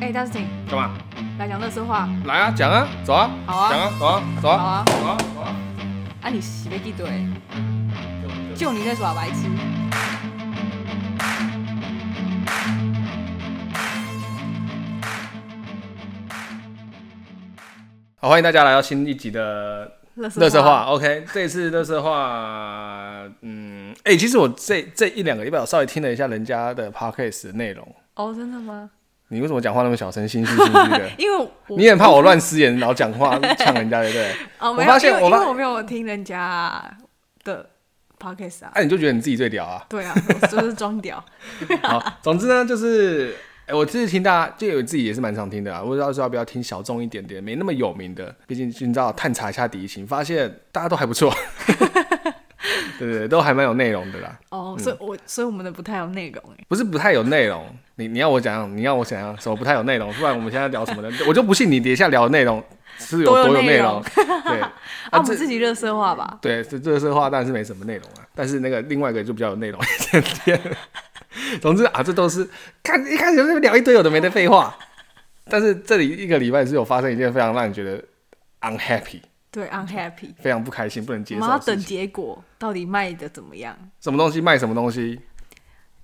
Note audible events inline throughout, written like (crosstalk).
哎、大师请干嘛？来讲乐色话，来啊，讲啊，走啊，好啊讲啊，走啊，走好啊，啊！走啊，走啊。啊，你洗被地怼，就你在耍白痴。好，欢迎大家来到新一集的乐色乐色话。OK，这一次乐色话，嗯，哎、其实我这这一两个礼拜，我稍微听了一下人家的 podcast 的内容。哦，真的吗？？你为什么讲话那么小声，心虚心虚的 (laughs) 因为我你很怕我乱失言，然后讲话呛人家，对不对？哦，我没有，发现因为我因发为我没有听人家的 podcast 啊。哎、你就觉得你自己最屌啊！对 (laughs) 啊，我就是装屌。好，总之呢，就是哎、我自己听大家，就有自己也是蛮常听的啊。我不知道是要不要听小众一点点，没那么有名的，毕竟你知道探查一下敌情，发现大家都还不错， (laughs) 对对对，都还蛮有内容的啦。哦，所以我所以我们的不太有内容哎。不是不太有内容，你你要我讲讲，你要我讲讲什么不太有内容，不然我们现在聊什么呢？我就不信你底下聊的内容是有多有多有内内容容。 (laughs) 对，啊，我这们自己乐色话吧。对，这这色话当然是没什么内容啊，但是那个另外一个就比较有内容一点点。 (laughs) 总之啊，这都是看一开始就聊一堆有的没的废话，但是这里一个礼拜是有发生一件非常让你觉得 unhappy、对，unhappy。非常不开心、不能接我受们要的事等情。结果，到底卖的怎么样？什么东西卖什么东西，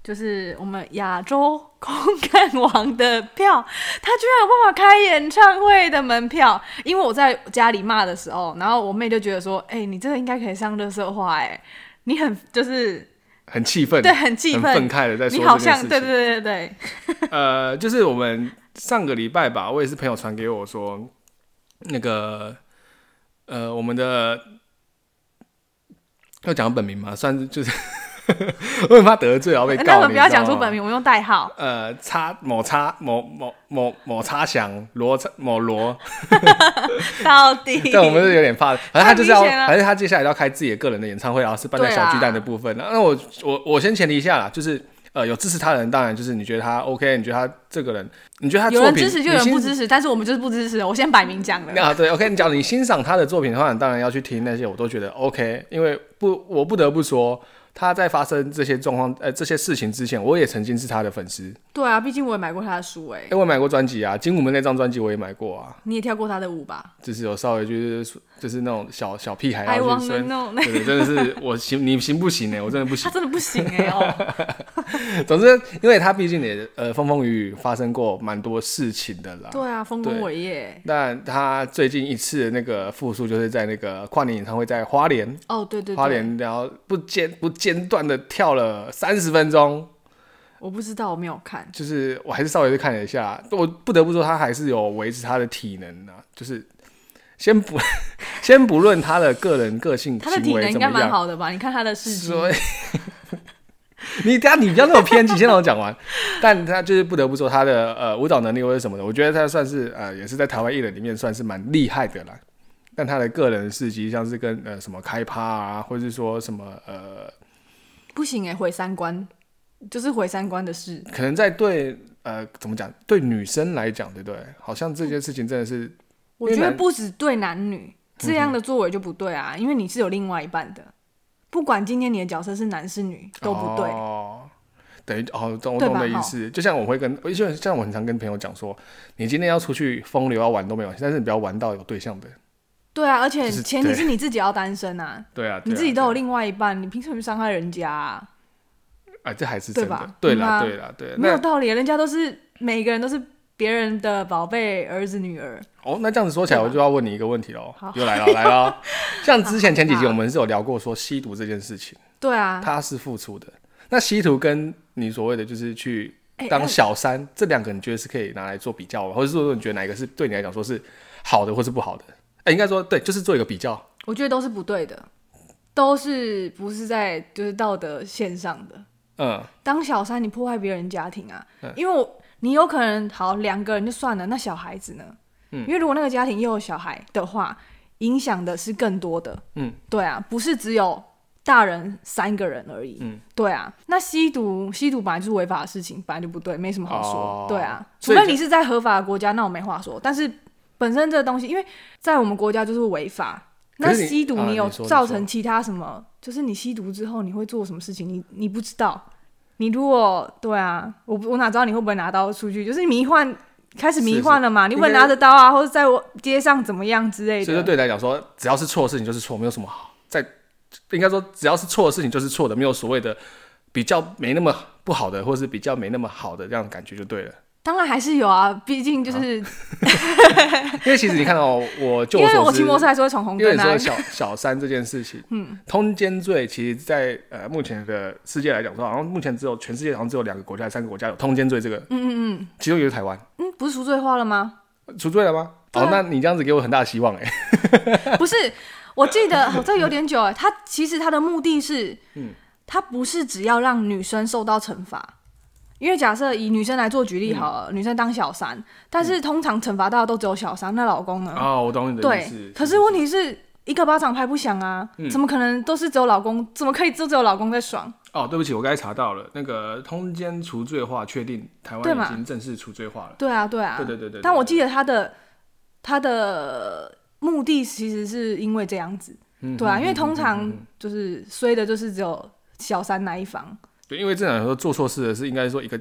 就是我们亚洲空干王的票，他居然有办法开演唱会的门票。因为我在家里骂的时候，然后我妹就觉得说：“哎、你这个应该可以上热色话，哎，你很就是很气愤，对，很气很愤愤，慨的在说你好这件像事对情。对对对对， (laughs) 呃，就是我们上个礼拜吧，我也是朋友传给我说，那个呃，我们的要讲本名嘛，算是就是 (laughs) 我很怕得罪，啊然后被告。哎那我们不要你知道讲出吗本。名，我们用代号。呃，叉某叉某某某某叉翔罗叉某罗，到底 (laughs) 但我们是有点怕的。反正他就是要，太明显了反正他接下来要开自己的个人的演唱会，然后是办在对啊小啦巨蛋的部分。那那我我我先前提一下啦，就是呃，有支持他的人，当然就是你觉得他 OK，你觉得他这个人，你觉得他有作人品支持就有人你欣不支持，但是我们就是不支持。我先摆明讲了，啊，对，OK，你讲你欣赏他的作品的话，你当然要去听那些，我都觉得 OK，因为不，我不得不说，他在发生这些状况，呃，这些事情之前，我也曾经是他的粉丝，对啊，毕竟我也买过他的书，哎哎、，我买过专辑啊，精武门那张专辑我也买过啊，你也跳过他的舞吧就是有稍微就是就是那种小小屁孩啊？I 要 want 去 to 追。 know，对 (laughs) 对，真的是我行，你行不行呢、我真的不 (laughs) 行他。真的不行哎哦。 (laughs) 总之，因为他毕竟也呃风风雨雨发生过蛮多事情的啦。对啊，丰功对伟业。那他最近一次的那个复述，就是在那个跨年演唱会，在花莲。哦，对对对，花莲，然后不间不间断的跳了三十分钟，我不知道，我没有看。就是我还是稍微去看了一下，我不得不说他还是有维持他的体能啊，就是先不 (laughs) 先不论他的个人个性他的体行能为应怎该么蛮样，啊好的吧？你看他的事迹，所以 (laughs) 你等下你不要那么偏激，先让我讲完。但他就是不得不说他的呃舞蹈能力或者什么的，我觉得他算是呃也是在台湾艺人里面算是蛮厉害的啦。但他的个人事迹，像是跟呃什么开趴啊，或者是说什么呃不行哎，毁三观，就是毁三观的事。可能在对呃怎么讲，对女生来讲，对不对？好像这件事情真的是我因为觉得男嗯不止对男女这样的作为就不对啊，因为你是有另外一半的，不管今天你的角色是男是女都不对。哦等于哦，懂我对懂吧的意思。就像我会跟，就像我很常跟朋友讲说，你今天要出去风流要玩都没关系，但是你不要玩到有对象的。对啊，而且就是前提对是你自己要单身啊， (laughs) 对啊，你对啊自己都有对啊另外一半，你凭什么去伤害人家啊？哎，这还是真对吧的。对嗯啊啦，对啦，对啦。没有那道理，人家都是每个人都是别人的宝贝、儿子、女儿。哦，那这样子说起来，对吧啊我就要问你一个问题喽好。又来了，来 (laughs) 了。像之前前几集好我们是有聊过说吸毒这件事情，对啊，它是付出的。那吸毒跟你所谓的就是去哎当小三，这两个你觉得是可以拿来做比较吗？或者是说你觉得哪一个是对你来讲说是好的，或是不好的？哎、应该说对，就是做一个比较。我觉得都是不对的，都是不是在就是道德线上的。嗯，当小三，你破坏别人家庭啊，因为我你有可能好两个人就算了，那小孩子呢？嗯因为如果那个家庭又有小孩的话，影响的是更多的。嗯，对啊，不是只有大人三个人而已。嗯，对啊，那吸毒吸毒本来就是违法的事情，本来就不对，没什么好说。哦对啊，除所以非就你是在合法的国家，那我没话说。但是本身这个东西，因为在我们国家就是违法。那可是你吸毒啊你有你说你造说成其他什么？就是你吸毒之后你会做什么事情？你你不知道。你如果对啊，我不我哪知道你会不会拿刀出去？就是迷幻开始迷是幻了嘛？你应问该拿着刀啊，或者在我街上怎么样之类所以的。说对你来讲说，只要是错的事情就是错，没有什么好在，应该说只要是错的事情就是错的，没有所谓的比较没那么不好的，或是比较没那么好的这样的感觉就对了。当然还是有啊，毕竟就是、因为其实你看哦，我啊就因我为所我知骑，摩托车还是会闯红因为灯你啊说。小小三这件事情，嗯，通奸罪其实在呃目前的世界来讲说，好像目前只有全世界好像只有两个国家、三个国家有通奸罪这个，嗯嗯嗯，其中一个是台湾，嗯，不是除罪化了吗？除罪了吗？对啊哦，那你这样子给我很大的希望哎、不是，我记得 (laughs) 哦这有点久哎。他其实他的目的是，嗯他不是只要让女生受到惩罚，因为假设以女生来做举例嗯好了，女生当小三，但是通常惩罚到的都只有小三，那老公呢？哦，我懂你的意对思。，可是问题是一个巴掌拍不响啊，嗯怎么可能都是只有老公？怎么可以都只有老公在爽？哦，对不起，我刚才查到了，那个通奸除罪化确定，台对湾嘛已经正式除罪化了。对啊，对啊，对对对对。但我对记得他的他的目的其实是因为这样子，嗯对啊，因为通常就是衰的就是只有小三那一方，对，因为正常说做错事的是应该说一个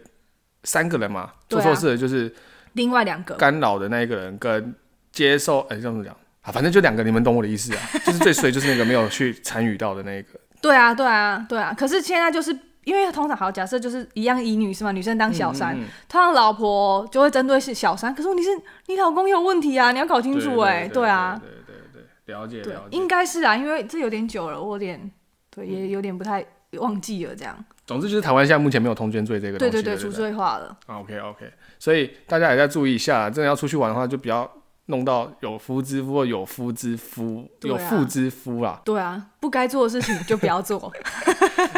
三个人嘛，对做啊错事的就是另外两个干扰的那一个人跟接受，哎，这样子讲啊，反正就两个，你们懂我的意思啊，就是最衰就是那个没有去参与到的那个。对啊，对啊，对啊。可是现在就是因为通常好，假设就是一样以女是嘛，女生当小嗯三，通常老婆就会针对是小三。可是问题是，你老公也有问题啊，你要搞 (laughs) 清楚对哎、对啊，，对对对对对，了解对了，解嗯应。该是啊，因为这有点久了，我有点对，也有点不太忘记了这样。总之就是台湾现在目前没有通奸罪这个东对西。对对，除罪化了。 OK OK，所啊以大家也在注意一下，啊真的要出去玩的话，就不要弄到有夫之妇或有夫之夫、对啊有妇之夫啦，对啊，不该做的事情就不要 (laughs) 做。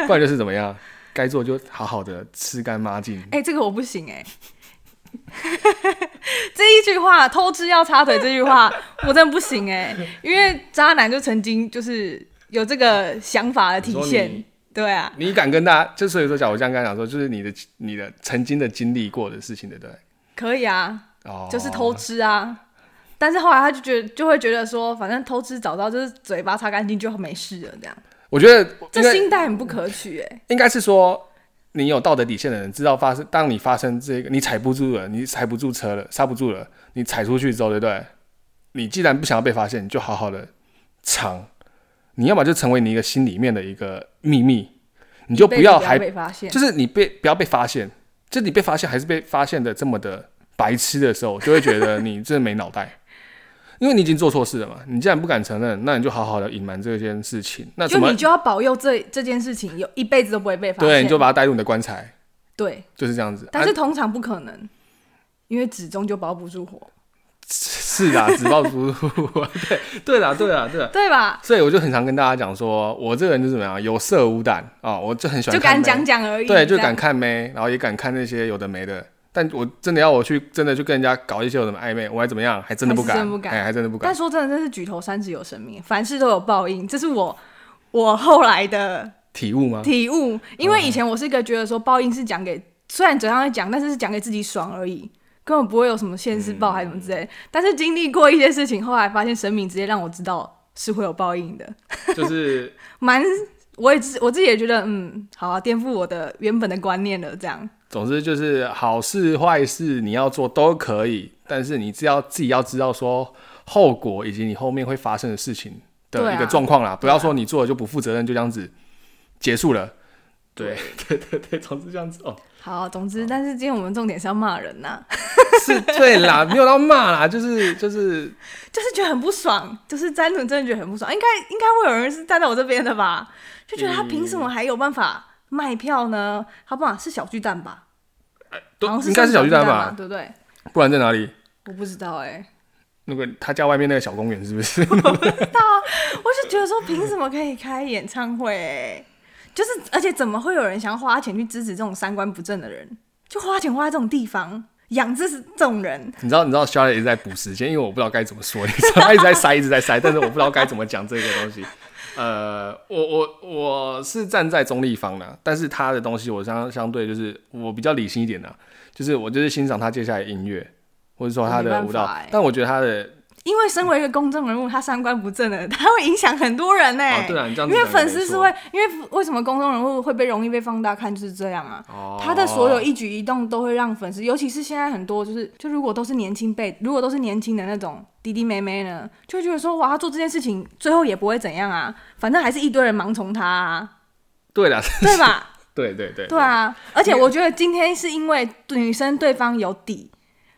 不然就是怎么样，该做就好好的吃干抹净。哎、这个我不行哎、 (laughs) 这一句话“偷吃要插腿”这句话，我真的不行哎、因为渣男就曾经就是有这个想法的体你说现你，对啊，你敢跟大家，就所以说讲，我这样跟他讲说，就是你的你的曾经的经历过的事情，对不对？可以啊，哦，就是偷吃啊。但是后来他就觉得就会觉得说，反正偷吃早知道就是嘴巴擦干净就没事了，这样我觉得应这该心态很不可取哎、应该是说，你有道德底线的人知道发生，当你发生这个，你踩不住了，你踩不住车了，刹不住了，你踩出去之后，对不对？你既然不想要被发现，你就好好的藏，你要么就成为你一个心里面的一个秘密，你就不被要不还被发现，就是你被不要被发现，就你被发现还是被发现的这么的白痴的时候，就会觉得你真的没脑袋， (laughs) 因为你已经做错事了嘛。你既然不敢承认，那你就好好的隐瞒这件事情。那就怎么你就要保佑这这件事情有一辈子都不会被发现，对？你就把它带入你的棺材，对就是这样子。但是啊、通常不可能，因为纸终究包不住火，是 (laughs) 啊，纸包不住。对对啦，对啦，对啦。对吧？所以我就很常跟大家讲说，我这个人就怎么样，有色无胆啊、我就很喜欢就看敢妹讲讲而已，对，这就样敢看妹，然后也敢看那些有的没的。但我真的要我去真的去跟人家搞一些有什么暧昧，我还怎么样？还真的不还敢，是真不敢哎，还真的不敢但。说真的，真是举头三尺有神明，凡事都有报应，这是我我后来的体悟吗？体悟。因啊为以前我是一个觉得说报应是讲给，虽然嘴上在讲，但是是讲给自己爽而已，根本不会有什么现世报还是什么嗯之类的。但是经历过一些事情，后来发现神明直接让我知道是会有报应的，就是蛮。我也自我自己也觉得，嗯，好啊，颠覆我的原本的观念了，这样。总之就是好事坏事你要做都可以，但是你只要自己要知道说后果以及你后面会发生的事情对的啊一个状况啦，不要说你做了就不负责任，就这样子结束了。对对对对，总之这样子哦，好，啊总之，但是今天我们重点是要骂人呐、 (laughs) 是对啦，没有到骂啦，就是就是就是觉得很不爽，就是詹伦真的觉得很不爽，应该应该会有人是站在我这边的吧？就觉得他凭什嗯么还有办法卖票呢？好不好？是小巨蛋吧？都好像应该是小巨蛋吧，吧，对不对？不然在哪里？我不知道哎、 (laughs) 那个他家外面那个小公园是不是？我就觉得说凭什么可以开演唱会、欸？就是而且怎么会有人想要花钱去支持这种三观不正的人？就花钱花在这种地方养这是这种人，你知道，你知道 Charlotte 一直在补时间，因为我不知道该怎么说，你知道，他一直在塞，一直在塞，但是我不知道该怎么讲这个东西。呃，我我我是站在中立方的，但是他的东西我相相对就是我比较理性一点的，就是我就是欣赏他接下来的音乐，或者说他没的办舞蹈，法欸但我觉得他的因为身为一个公众人物，他三观不正的，他会影响很多人呢、哦对啊你这样因子为讲也粉没丝是错会，因为为什么公众人物会被容易被放大看，就是这样啊。哦他的所有一举一动都会让粉丝，尤其是现在很多就是，就如果都是年轻辈，如果都是年轻的那种弟弟妹妹呢，就会觉得说哇，他做这件事情最后也不会怎样啊，反正还是一堆人盲从他、啊，对啦， (laughs) 对吧？对对对，对，啊，而且我觉得今天是因为女生对方有底，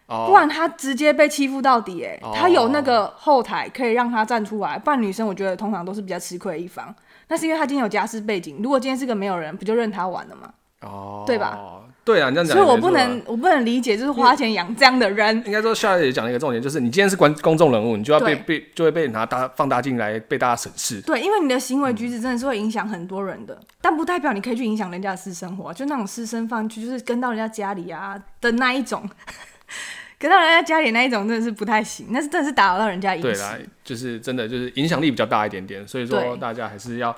哦，不然她直接被欺负到底、欸，哎、哦她有那个后台可以让她站出来，不然女生我觉得通常都是比较吃亏一方。那是因为她今天有家世背景，如果今天是个没有人，不就任她玩了吗？哦，对吧？对啊，你这样讲也没错啊，所以我不能，我不能理解，就是花钱养这样的人。应该说，夏姐讲了一个重点，就是你今天是关公众人物，你就要被被就会被拿大放大镜来被大家审视。对，因为你的行为举止真的是会影响很多人的，但不代表你可以去影响人家的私生活啊、就那种私生饭去，就是跟到人家家里啊的那一种， (laughs) 跟到人家家里那一种真的是不太行，那是真的是打扰到人家饮对食啦。，就是真的就是影响力比较大一点点，所以说对大家还是要，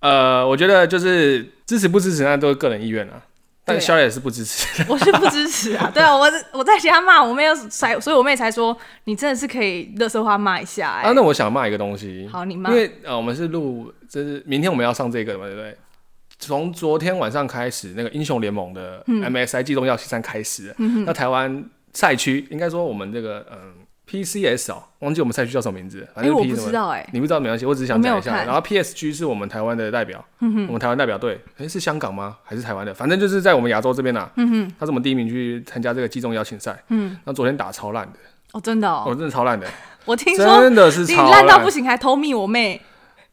呃，我觉得就是支持不支持那都是个人意愿啊。但对啊肖也是不支持， (laughs) 我是不支持啊，对啊，我我在家骂，我妹有才，所以我妹才说你真的是可以热色话骂一下、欸。 (laughs) 啊，那我想骂一个东西，好，你骂因，为呃，我们是录，就是明天我们要上这个的嘛，对不对？从昨天晚上开始，那个英雄联盟的嗯 MSI 机动药西山开始了，那台湾赛区应该说我们这个嗯 PCS 哦，忘记我们赛区叫什么名字，哎、反正我 P 不什知么。道哎、你不知道没关系，我只是想讲一我没有下。看嗯然后 PSG 是我们台湾的代表，我们台湾代表队，哎、是香港吗？还是台湾的？反正就是在我们亚洲这边啦、啊。嗯他是我们第一名去参加这个击中邀请赛。嗯，那昨天打超烂的，哦，真的我、哦，真的超烂的，我听说真的是 (laughs) 你超烂到不行，还偷密我妹，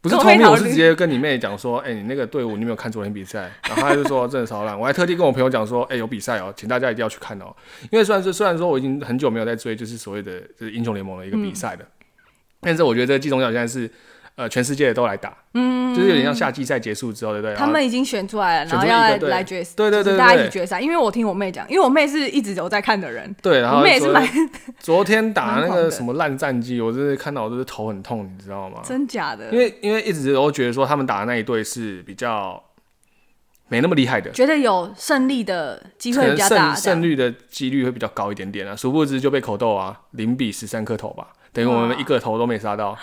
不是跟我偷妹密，讨我是论直接跟你妹讲说，哎、你那个队伍你有没有看昨天比赛？然后她就说真的超烂，我还特地跟我朋友讲说，哎、有比赛哦，请大家一定要去看哦。因为虽然说虽然说我已经很久没有在追就是所谓的就是英雄联盟的一个嗯比赛的，但是我觉得这个季中奖现在是呃全世界都来打，嗯，就是有点像夏季赛结束之后，对不对？他们已经选出来了，选然出后要一个来队来决，对就对对对是大家一对起决赛。因为我听我妹讲，因为我妹是一直有在看的人，对，然我后妹也是昨蛮 (laughs) 昨天打那蛮狂个的什么烂战绩，我真的看到我就是头很痛，你知道吗？真假的因，为因为一直都觉得说他们打的那一队是比较没那么厉害的。觉得有胜利的机可会能比较胜大，这胜样率的几率会比较高一点点啊，殊不知就被口斗啊，零比十三颗头吧，等于我们哇一个头都没杀到，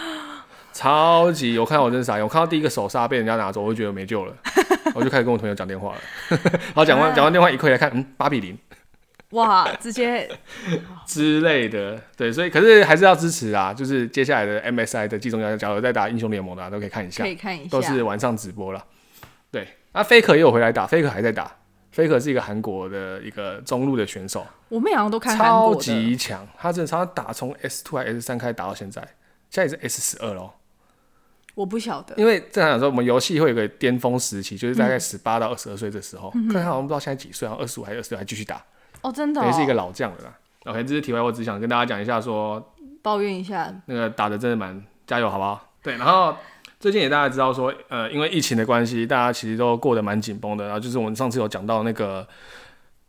超级我看到我真傻眼，我看到第一个手刹被人家拿走，我就觉得 (laughs) 没救了，我就开始跟我朋友讲电话了， (laughs) 然后讲啊完讲完电话一回来看，嗯，八比零哇，直接之类的，对，所以可是还是要支持啊，就是接下来的 MSI 的季中要假如在打英雄联盟的、啊、都可以看一下可，以看一下都，是晚上直播了。对，那 Faker 也有回来打，Faker 还在打，Faker 是一个韩国的一个中路的选手。我妹好像都看韩超国的，级强，他真的他打从 S two 还 S 三开始打到现在，现在也是 S 十二咯。我不晓得，因为正常来说，我们游戏会有一个巅峰时期，就是大嗯概十八到二十二岁这时候，可能他好像不知道现在几岁，好像二十五还是二十六还继续打，哦，嗯真的、等于哦，是一个老将了啦。OK，这是题外，我只想跟大家讲一下说抱怨一下，那个打的真的蛮加油，好不好？对，然后最近也大家知道说，呃，因为疫情的关系，大家其实都过得蛮紧绷的。然后就是我们上次有讲到那个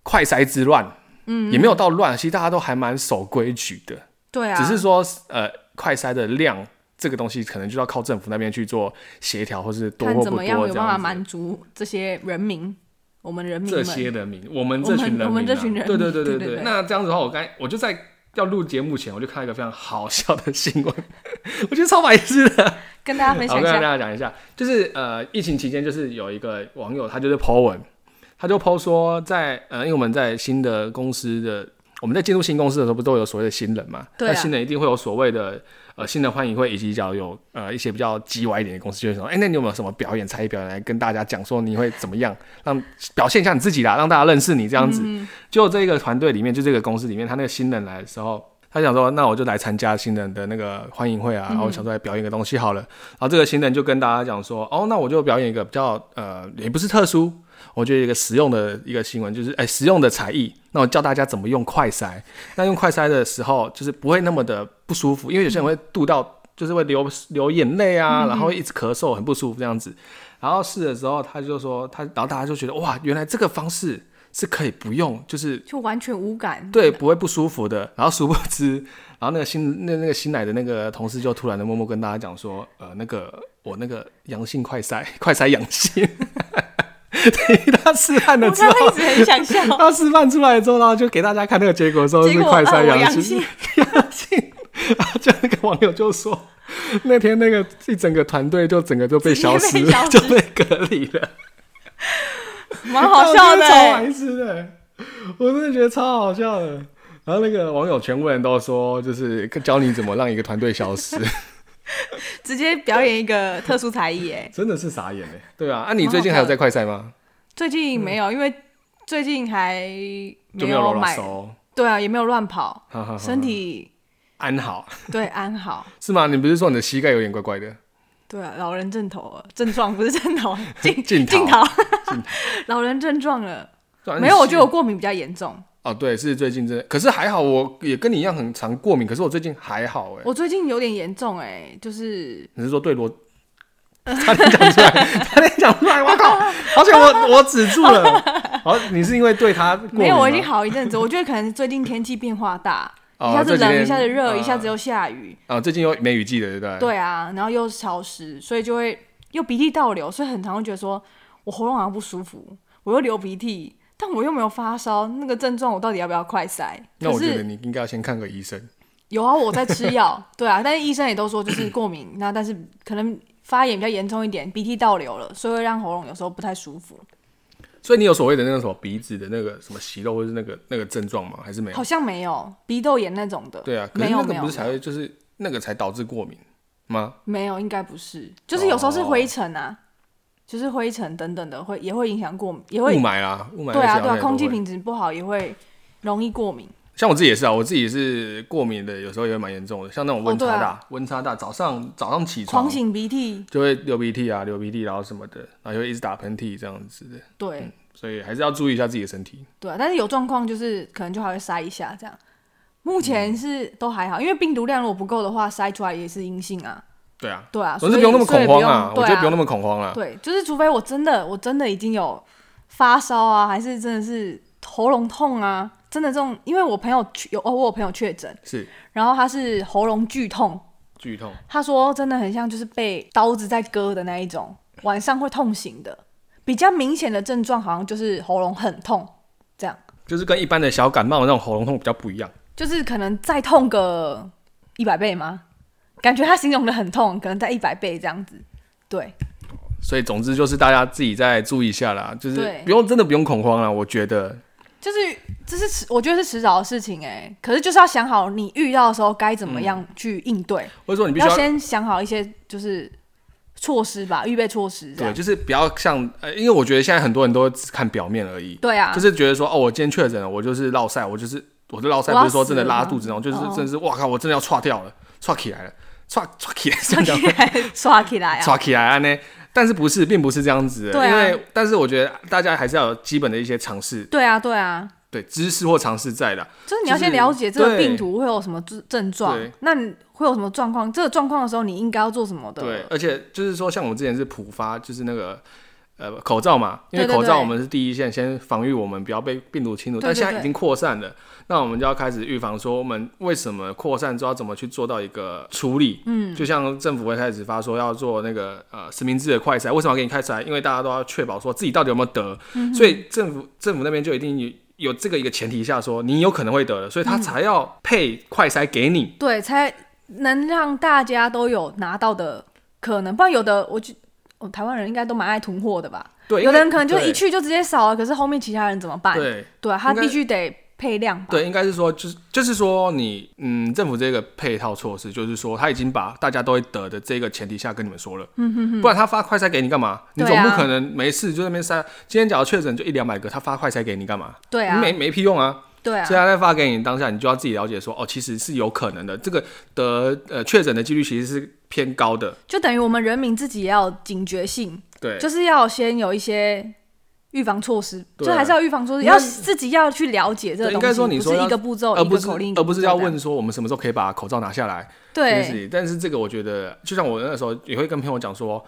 快筛之乱，嗯，也没有到乱，其实大家都还蛮守规矩的。对啊，只是说呃，快筛的量这个东西可能就要靠政府那边去做协调，或是多看或怎不么样多有这办法样子。满足这些人民，我们人民这们些人民，我们我这们群人民啊、我们这群人对民对对对对对对那这样子的话，我刚才我就在要录节目前，我就看到一个非常好笑的新闻， (laughs) 我觉得超白痴的。跟大家分好，享我一跟大下，家讲一下，就是呃，疫情期间就是有一个网友，他就是 Po 文，他就 Po 说在呃，因为我们在新的公司的，我们在进入新公司的时候，不都有所谓的新人嘛？对啊那新人一定会有所谓的呃新人欢迎会，以及假如有呃一些比较叽歪一点的公司就会说，哎、那你有没有什么表演才艺表演来跟大家讲说你会怎么样，让表现一下你自己啦，让大家认识你这样子。嗯就这个团队里面，就这个公司里面，他那个新人来的时候，他想说，那我就来参加新人的那个欢迎会啊，嗯然后想说来表演个东西好了。然后这个新人就跟大家讲说，哦，那我就表演一个比较呃，也不是特殊，我觉得一个实用的一个新闻，就是哎实用的才艺。那我教大家怎么用快塞。那用快塞的时候，就是不会那么的不舒服，因为有些人会度到。就是会流流眼泪啊，然后会一直咳嗽，很不舒服这样子。然后试的时候，他就说他，然后大家就觉得哇，原来这个方式是可以不用，就是就完全无感，对，不会不舒服的。然后殊不知，然后那个新那那个新来的那个同事就突然的默默跟大家讲说，呃，那个我那个阳性快筛，快筛阳性。 (laughs) 对，他示范了我之刚刚一后，直很想笑，他示范出来之后，然后就给大家看那个结果的时候结是果快啊筛我 (laughs) 阳阳性性，，阳性。就那个网友就说，那天那个一整个团队就整个就被消失，直接被消失就被隔离了，蛮好笑 (laughs) 的、超欸。白痴的，哎我真的觉得超好笑的。然后那个网友全部人都说，就是教你怎么让一个团队消失， (laughs) 直接表演一个特殊才艺，哎，真的是傻眼哎。对啊，啊，你最近还有在快赛吗？最近没嗯有，因为最近还没就没有罗拉买，手，对啊，也没有乱跑，哈哈哈身体安好对安好，是吗？你不是说你的膝盖有点怪怪的？对啊，老人症头了，症状不是症 (laughs) 头，镜镜头镜头， (laughs) 老人症状了，没有，我觉得我过敏比较严重，啊哦，对，是最近真的，可是还好，我也跟你一样很常过敏，可是我最近还好哎。我最近有点严重，哎，就是你是 (laughs) 说对罗？差点讲出来，差点讲出来，我靠！好险我我止住了。好，你是因为对他过敏吗没有，我已经好一阵子，我觉得可能最近天气变化大，哦一下子这几冷，天哎一下子热，嗯一下子又下雨，啊、最近又梅雨季了，对不对？对啊，然后又潮湿，所以就会又鼻涕倒流，所以很常会觉得说我喉咙好像不舒服，我又流鼻涕，但我又没有发烧，那个症状我到底要不要快筛？那我可觉得是你应该要先看个医生。有啊，我在吃药，对啊，但是医生也都说就是过敏，那但是可能发炎比较严重一点，鼻涕倒流了，所以会让喉咙有时候不太舒服，所以你有所谓的那个什么鼻子的那个什么息肉，或是那个那个症状吗？还是没有好？像没有鼻窦炎那种的，对啊，可是没有那没个有不是才会就是那个才导致过敏吗？没有，应该不是，就是有时候是灰尘哦啊，就是灰尘等等的会也会影响过敏，也雾会霾啦，雾霾对啊那对啊，些好像也都空气会品质不好也会容易过敏。像我自己也是啊，我自己是过敏的，有时候也会蛮严重的，像那种温哦对差啊大，温、差大，早上早上起床狂擤鼻涕，就会流鼻涕啊，流鼻涕，然后什么的，然后就会一直打喷嚏这样子的，对、所以还是要注意一下自己的身体。对啊，但是有状况就是可能就还会筛一下这样。目前是都还好，因为病毒量如果不够的话，筛出来也是阴性啊。对啊，对啊，总之所以不用那么恐慌啊，所以我觉对得啊不用那么恐慌啦。对，就是除非我真的我真的已经有发烧啊，还是真的是喉咙痛啊，真的这种，因为我朋友确有哦，我有朋友确诊，是然后他是喉咙剧痛，剧痛，他说真的很像就是被刀子在割的那一种，晚上会痛醒的。比较明显的症状好像就是喉咙很痛，这样就是跟一般的小感冒那种喉咙痛比较不一样。就是可能再痛个一百倍吗？感觉他形容的很痛，可能在一百倍这样子。对，所以总之就是大家自己再注意一下啦，就是对不用真的不用恐慌啦，我觉得就是这是迟，我觉得是迟早的事情哎、可是就是要想好你遇到的时候该怎么样去应对，或者嗯说你必须要要先想好一些就是措施吧，预备措施这对，样。就是不要像呃，因为我觉得现在很多人都只看表面而已，对啊，就是觉得说哦，我今天确诊了，我就是落晒，我就是我的落晒，不是说真的拉肚子那种，我就要是死了吗真的是哇靠，我真的要岔掉了，岔起来了，岔岔起来， (laughs) 刷起来，刷起来啊！抓起来啊呢。但是不是，并不是这样子的，对啊因为但是我觉得大家还是要有基本的一些尝试，对啊，对啊，对知识或尝试在的。就是你要先了解这个病毒会有什么症症状对，那你会有什么状况？这个状况的时候，你应该要做什么的？对，而且就是说，像我们之前是普发，就是那个呃口罩嘛，因为对对口罩对我们是第一线，先防御我们不要被病毒侵入，对但对现在对已经扩散了，那我们就要开始预防，说我们为什么扩散之后要怎么去做到一个处理。嗯，就像政府会开始发说要做那个呃实名制的快筛，为什么要给你快筛？因为大家都要确保说自己到底有没有得，嗯所以政府政府那边就一定有。有这个一个前提下说你有可能会得了，所嗯以他才要配快筛给你，对，才能让大家都有拿到的可能，不然有的我就。哦、台湾人应该都蛮爱囤货的吧？对，有的因为人可能就对一去就直接少了，可是后面其他人怎么办？对，对啊，他应该必须得配量吧？对，应该是说，就是就是说你，嗯，政府这个配套措施，就是说他已经把大家都会得的这个前提下跟你们说了，嗯哼哼，不然他发快筛给你干嘛？你对总不啊可能没事就在那边筛，今天假如确诊就一两百个，他发快筛给你干嘛？对啊你，没没屁用啊！对啊所以，他在发给你当下，你就要自己了解说，哦，其实是有可能的，这个得呃确诊的几率其实是偏高的，就等于我们人民自己也要有警觉性，对，就是要先有一些预防措施，对啊就还是要预防措施，应该要自己要去了解这个对东应西，该说你不说是要一个步骤，而不一是个口令，而不是一个要步骤问说我们什么时候可以把口罩拿下来，这这件样事对情。但是这个我觉得，就像我那时候也会跟朋友讲说，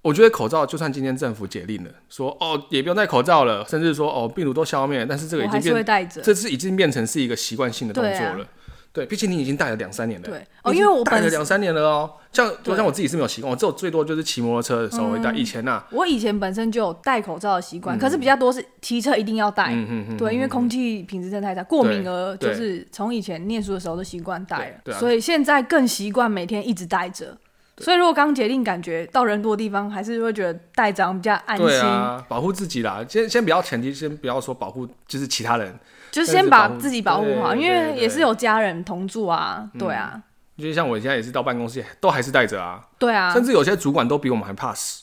我觉得口罩就算今天政府解令了，说哦也不用戴口罩了，甚至说哦病毒都消灭了，但是这个已我还经是会变，带着，这是已经变成是一个习惯性的动作对啊了。对，毕竟你已经带了两三年了。对你哦，已因为经我带了本两三年了哦。像对嗯像我自己是没有习惯，我只有最多就是骑摩托车的时候会带。以前呐，我以前本身就有戴口罩的习惯，可是比较多是骑车一定要戴，嗯嗯嗯，对，因为空气品质真的太差，过敏儿对就是从以前念书的时候都习惯戴了，对对啊所以现在更习惯每天一直戴着。所以如果刚解令，感觉到人多的地方，还是会觉得戴着比较安心，对啊，保护自己啦。先先不要前提，先不要说保护，就是其他人。就是先把但是保护自己保护好，对因为对嗯也是有家人同住啊，对啊，就像我现在也是到办公室都还是带着啊，对啊甚，至有些主管都比我们还怕死。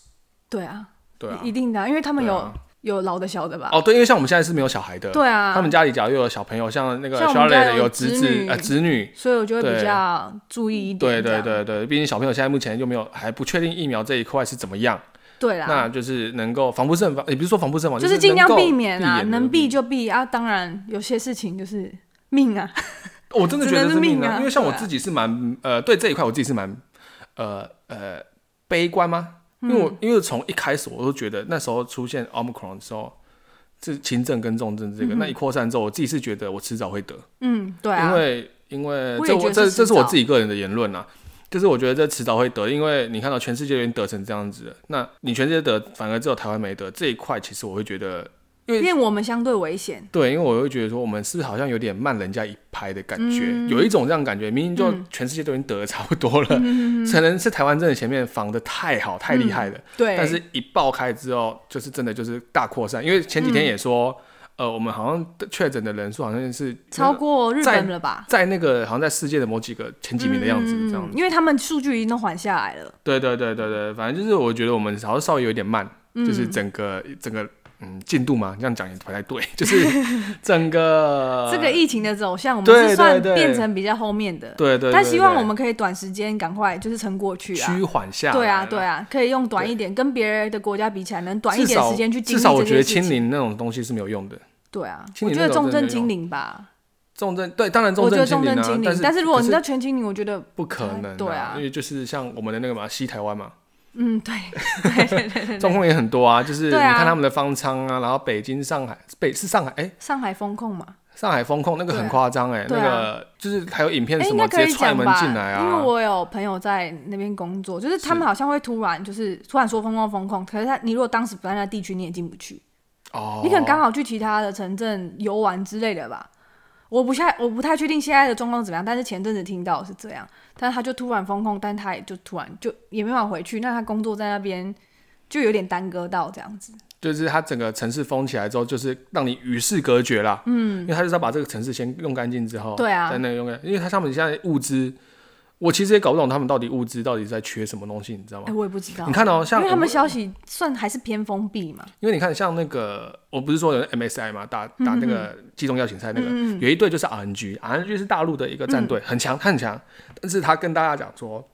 对啊，对啊一，一定的啊，因为他们有、对啊有老的小的吧，哦对，因为像我们现在是没有小孩的，对啊，他们家里假如有小朋友，像那个像我们家 Charlotte 有侄子子女呃子女，所以我就会对比较注意一点，对这对样对对，毕竟小朋友现在目前又没有还不确定疫苗这一块是怎么样。对啦，那就是能够防不胜防，也不是说防不胜防，就是是尽量能够避免啊，能避就。就避啊。当然，有些事情就是命啊，哦我真的觉得只能是是命命啊因为像我对啊自己是蛮呃，对这一块我自己是蛮呃呃悲观吗？因为我、嗯因为从一开始我都觉得那时候出现 omicron 的时候，这轻症跟重症这个、那一扩散之后，我自己是觉得我迟早会得，嗯，对因啊，为因为我也这觉我得这是这迟是我早自己个人的言论啊。就是我觉得这迟早会得，因为你看到全世界都已经得成这样子了，那你全世界得，反而只有台湾没得这一块，其实我会觉得因为我们相对危险，对，因为我会觉得说，我们是不是好像有点慢人家一拍的感觉，嗯有一种这样的感觉，明明就全世界都已经得的差不多了，可能是台湾真的前面防的太好、太厉害了，嗯对，但是一爆开之后，就是真的就是大扩散。因为前几嗯天也说，呃，我们好像的确诊的人数好像是超过日在本了吧？在那个好像在世界的某几个前几名的样子，这样嗯，因为他们数据已经都缓下来了，对对对对对，反正就是我觉得我们好像稍微有一点慢，嗯就是整个整个嗯进度嘛，这样讲也不太对， (laughs) 就是整 (laughs) 个这个疫情的走向，我呃对们是算对对变成比较后面的，对对对但希望对我们可以短时间赶快就是撑过去啊趋。缓下来对啊，了对啊，可以用短一点，跟别人的国家比起来，能短一至点少时间去经历至少我这觉得件事清情。零那种东西是没有用的。对啊，清我零觉那得种重真的症有精灵吧，重症对，当然重我觉症得清重零症啊精，灵但是，但是如果可你到全清零，我觉得不可能、对啊因为就是像我们的那个嘛，西台 (laughs) 湾嘛，嗯，对，状况也很多啊，就是你对啊看他们的方舱啊，然后北京、上海，北是上海，哎、上海风控 (laughs) 嘛，上海风控那个对很啊夸张哎，那对啊个就是还有影片哎，什应么该直可接以踹讲门吧进来，啊，因为我有朋友在那边工作，就是他们好像会突然就是突然说风控风控，可是他你如果当时不在那地区，你也进不去，哦，你可能刚好去其他的城镇游玩之类的吧。我不太我不太确定现在的状况怎么样，但是前阵子听到是这样，但是他就突然风控，但他也就突然就也没办法回去，那他工作在那边就有点耽搁到这样子。就是它整个城市封起来之后，就是让你与世隔绝啦。嗯，因为它就是要把这个城市先弄干净之后，对啊在那个用干，因为它他们现在物资，我其实也搞不懂他们到底物资到底在缺什么东西，你知道哎、吗？我也不知道你，看哦，像因为他我们消息算还是偏封闭嘛。因为你看像那个，我不是说有 MSI 嘛，打打那个集中邀请赛那个，有一队就是 RNG，RNG 是大陆的一个战队，很强，他很强，但是他跟大家讲说。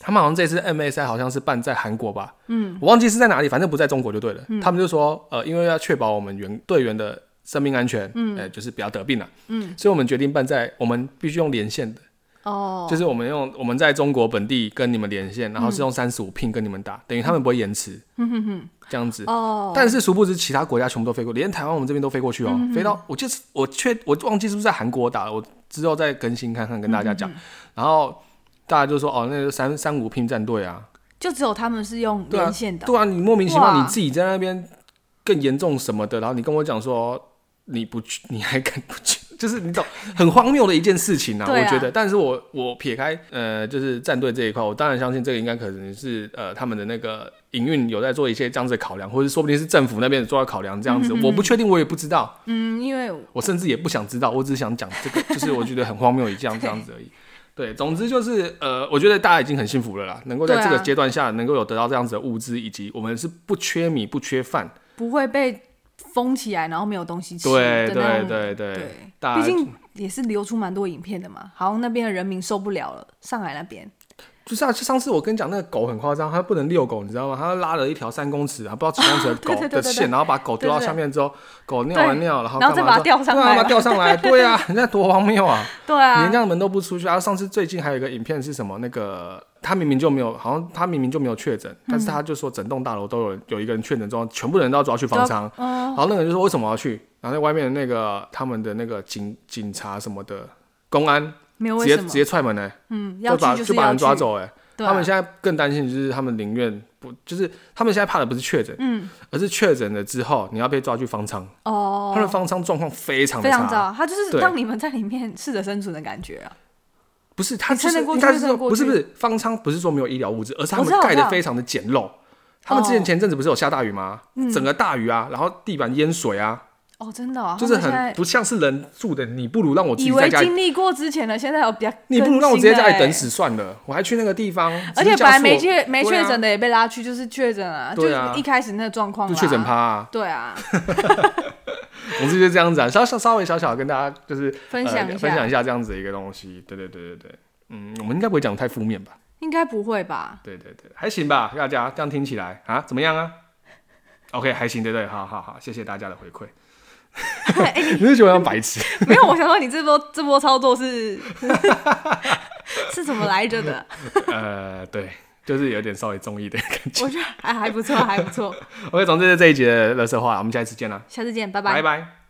他们好像这次 MSI 好像是办在韩国吧，嗯，我忘记是在哪里，反正不在中国就对了。他们就说，呃，因为要确保我们员队员的生命安全，嗯，呃，就是不要得病了，嗯，所以我们决定办在我们必须用连线的，哦，就是我们用我们在中国本地跟你们连线，然后是用三十五 ping 跟你们打，等于他们不会延迟，嗯哼哼，这样子，哦，但是殊不知，其他国家全部都飞过，连台湾我们这边都飞过去哦，飞到我就是我确我忘记是不是在韩国打了，我之后再更新看看跟大家讲。然后大家就说哦，那就三三五拼战队啊，就只有他们是用对啊连线的，对啊，你莫名其妙哇你自己在那边更严重什么的，然后你跟我讲说你不去，你还敢不去，就是你懂，很荒谬的一件事情啊，对啊我觉得。但是我我撇开呃，就是战队这一块，我当然相信这个应该可能是呃他们的那个营运有在做一些这样子的考量，或者说不定是政府那边有做到考量这样子，我不确定，我也不知道，嗯，因为我甚至也不想知道，我只是想讲 (laughs) 这个，就是我觉得很荒谬一这样这样子而已。对，总之就是呃，我觉得大家已经很幸福了啦，能够在对啊这个阶段下能够有得到这样子的物资，以及我们是不缺米不缺饭。不会被封起来，然后没有东西吃对的那对种。对对，对大家毕竟也是流出蛮多影片的嘛，好像那边的人民受不了了，上海那边就是啊，就上次我跟你讲那个狗很夸张，它不能遛狗，你知道吗？它拉了一条三公尺啊，不知道几公尺的 (laughs) 对对狗对的对对线，然后把狗丢到对对对下面之后，狗尿完对尿，然后然后干再把嘛它吊上对来啊把它嘛吊上 (laughs) 来，对啊，人家多荒谬啊！对啊连这，样门都不出去。然啊后上次最近还有一个影片是什么？那个他明明就没有，好像他明明就没有确诊，嗯但是他就说整栋大楼都有有一个人确诊之后，全部人都要抓去方舱。哦然后那个人就说为什么要去？然后那外面的那个他们的那个警警察什么的公安没有直为接什直么，接踹门呢、嗯，要就把去是把要人去，抓走哎、对啊、他们现在更担心的就是他们宁愿不，就是他们现在怕的不是确诊，嗯而是确诊了之后你要被抓去方舱，哦，他们方舱状况非常的非常差。糟，他就是对让你们在里面试着生存的感觉啊。不是，他你就撑是得过应去该是撑得说过不是去不是方舱不是说没有医疗物资，而是他我知道们盖我知的道非常的简陋。他们之前哦嗯前阵子不是有下大雨吗？整个大雨啊，然后地板淹水啊，哦，真的、哦，就是他们现很在不像是人住的。你不如让我自己以在为家里，经历过之前的，现在有比较更新你的欸，不如让我直接在家里等死算了。我还去那个地方，而只且是本来叫没做确没对啊确诊的也被拉去，就是确诊啊，就对啊一开始那个状况就啦确诊 (laughs) 趴、啊，对啊， (laughs) 总之就这样子啊，稍稍稍微小小跟大家就是分享呃、一分享下，一下这样子的一个东西。对对对对对，嗯，我们应该不会讲太负面吧？应该不会吧？对对对，还行吧，大家这样听起来啊，怎么样啊？OK，还行，对对，好好好，谢谢大家的回馈。哎你是觉得我像白痴？没有，我想说你这波这波操作 (laughs) 是 (laughs) 是怎么来着的？呃，对，就是有点稍微中意的感觉。我觉得还还不错，还不错， OK，总之这一节的乐色话，我们下一次见啦，下次见，拜拜拜